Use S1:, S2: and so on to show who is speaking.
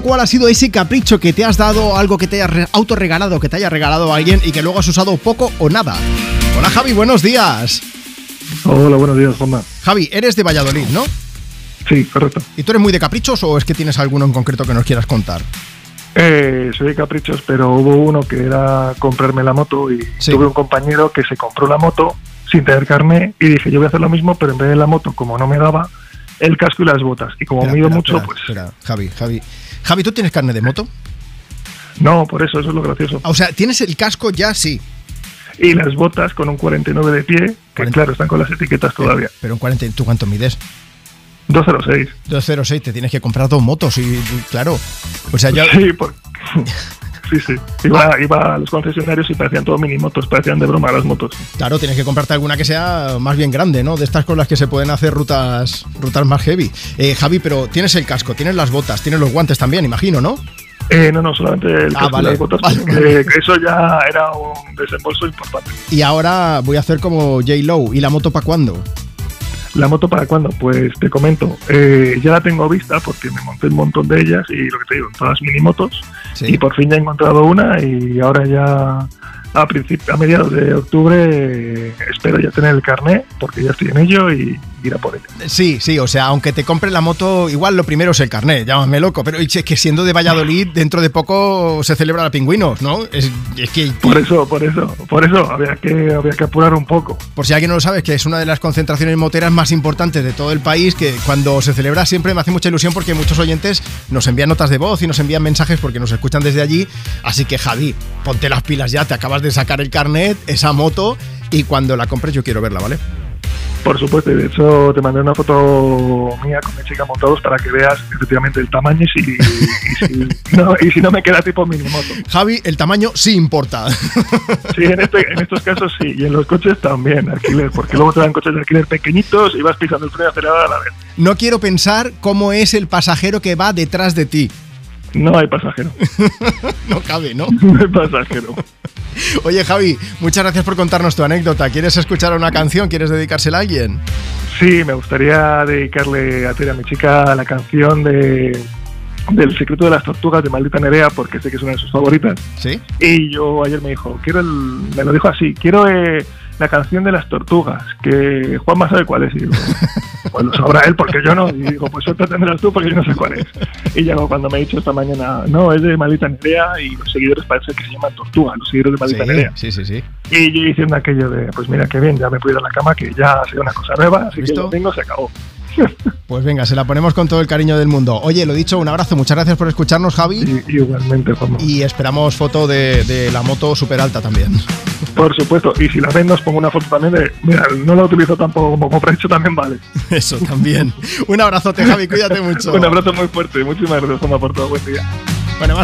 S1: ¿Cuál ha sido ese capricho que te has dado, algo que te hayas autorregalado, que te haya regalado a alguien y que luego has usado poco o nada? Hola Javi, buenos días.
S2: Hola, buenos días, Juanma.
S1: Javi, eres de Valladolid, ¿no?
S2: Sí, correcto.
S1: ¿Y tú eres muy de caprichos o es que tienes alguno en concreto que nos quieras contar?
S2: Eh, soy de caprichos, pero hubo uno que era comprarme la moto y
S1: Sí.
S2: tuve un compañero que se compró la moto sin tener carné y dije, yo voy a hacer lo mismo, pero en vez de la moto, como no me daba, el casco y las botas. Y como
S1: Espera,
S2: me iba
S1: espera,
S2: mucho,
S1: espera,
S2: pues...
S1: espera. Javi, Javi. Javi, ¿tú tienes carne de moto?
S2: No, por eso, eso es lo gracioso.
S1: Ah, O sea, ¿tienes el casco ya? Sí.
S2: Y las botas con un 49 de pie, que
S1: 40.
S2: claro, están con las etiquetas todavía.
S1: Pero en 40, ¿tú cuánto mides?
S2: 206.
S1: 206, te tienes que comprar dos motos y claro. O sea, ya...
S2: Sí, por- sí, sí. Iba, iba a los concesionarios y parecían todo minimotos, parecían de broma las motos.
S1: Claro, tienes que comprarte alguna que sea más bien grande, ¿no? De estas con las que se pueden hacer rutas, rutas más heavy. Eh, Javi, pero tienes el casco, tienes las botas, tienes los guantes también, imagino, ¿no?
S2: Eh, no, no, solamente el
S1: Ah,
S2: casco y
S1: vale,
S2: las botas,
S1: vale,
S2: porque
S1: vale.
S2: eso ya era un desembolso importante.
S1: Y ahora voy a hacer como J. Low. ¿Y la moto para cuándo?
S2: ¿La moto para cuándo? Pues te comento, eh, ya la tengo vista porque me monté un montón de ellas y lo que te digo, todas minimotos. Y por fin ya he encontrado una y ahora ya a, princip- a mediados de octubre eh, espero ya tener el carnet porque ya estoy en ello y ir a por ella.
S1: Sí, sí, o sea, aunque te compres la moto, igual lo primero es el carnet, llámame loco, pero es que siendo de Valladolid, dentro de poco se celebra la Pingüinos, ¿no? Es, es que,
S2: Por eso, por eso, por eso había que, había que apurar un poco.
S1: por si alguien no lo sabe, es que es una de las concentraciones moteras más importantes de todo el país, que cuando se celebra siempre me hace mucha ilusión porque muchos oyentes nos envían notas de voz y nos envían mensajes porque nos escuchan desde allí, así que Javi, ponte las pilas ya, te acabas de sacar el carnet, esa moto, y cuando la compres yo quiero verla, ¿vale?
S2: Por supuesto, y de hecho te mandé una foto mía con mi chica montados para que veas efectivamente el tamaño y si, y si, no, y si no me queda tipo minimoto.
S1: Javi, el tamaño sí importa.
S2: Sí, en, este- en estos casos sí, y en los coches también, alquiler, porque luego te dan coches de alquiler pequeñitos y vas pisando el freno acelerado a la vez.
S1: No quiero pensar cómo es el pasajero que va detrás de ti.
S2: No hay pasajero,
S1: No cabe, ¿no?
S2: no hay pasajero.
S1: Oye, Javi, muchas gracias por contarnos tu anécdota. ¿Quieres escuchar una canción? ¿Quieres dedicársela a alguien?
S2: Sí, me gustaría dedicarle a Tere, a mi chica, la canción de del secreto de las tortugas de Maldita Nerea, porque sé que es una de sus favoritas.
S1: ¿Sí?
S2: Y yo ayer me dijo, quiero el, me lo dijo así, quiero eh, la canción de las tortugas, que Juanma sabe cuál es. Y digo, pues lo sabrá él porque yo no. Y digo, pues suerte tendrás tú porque yo no sé cuál es. Y ya cuando me ha dicho esta mañana, no, es de Maldita Nerea y los seguidores parece que se llaman Tortuga, los seguidores de
S1: Sí,
S2: Maldita Nerea.
S1: sí, sí, sí.
S2: Y yo diciendo aquello de, pues mira, qué bien, ya me puedo ir a la cama, que ya ha sido una cosa nueva, así
S1: ¿Listo?
S2: que el domingo se acabó.
S1: Pues venga, se la ponemos con todo el cariño del mundo. Oye, lo dicho, un abrazo. Muchas gracias por escucharnos, Javi.
S2: Y- igualmente, Juanma.
S1: Y esperamos foto de, de la moto super alta también.
S2: Por supuesto, y si la ven, os pongo una foto también de, mira, no la utilizo tampoco como comprecho, también vale.
S1: Eso también. Un abrazote, Javi. Cuídate mucho.
S2: Un abrazo muy fuerte. Muchísimas gracias, Juanma, por todo. Buen día.
S1: Bueno, más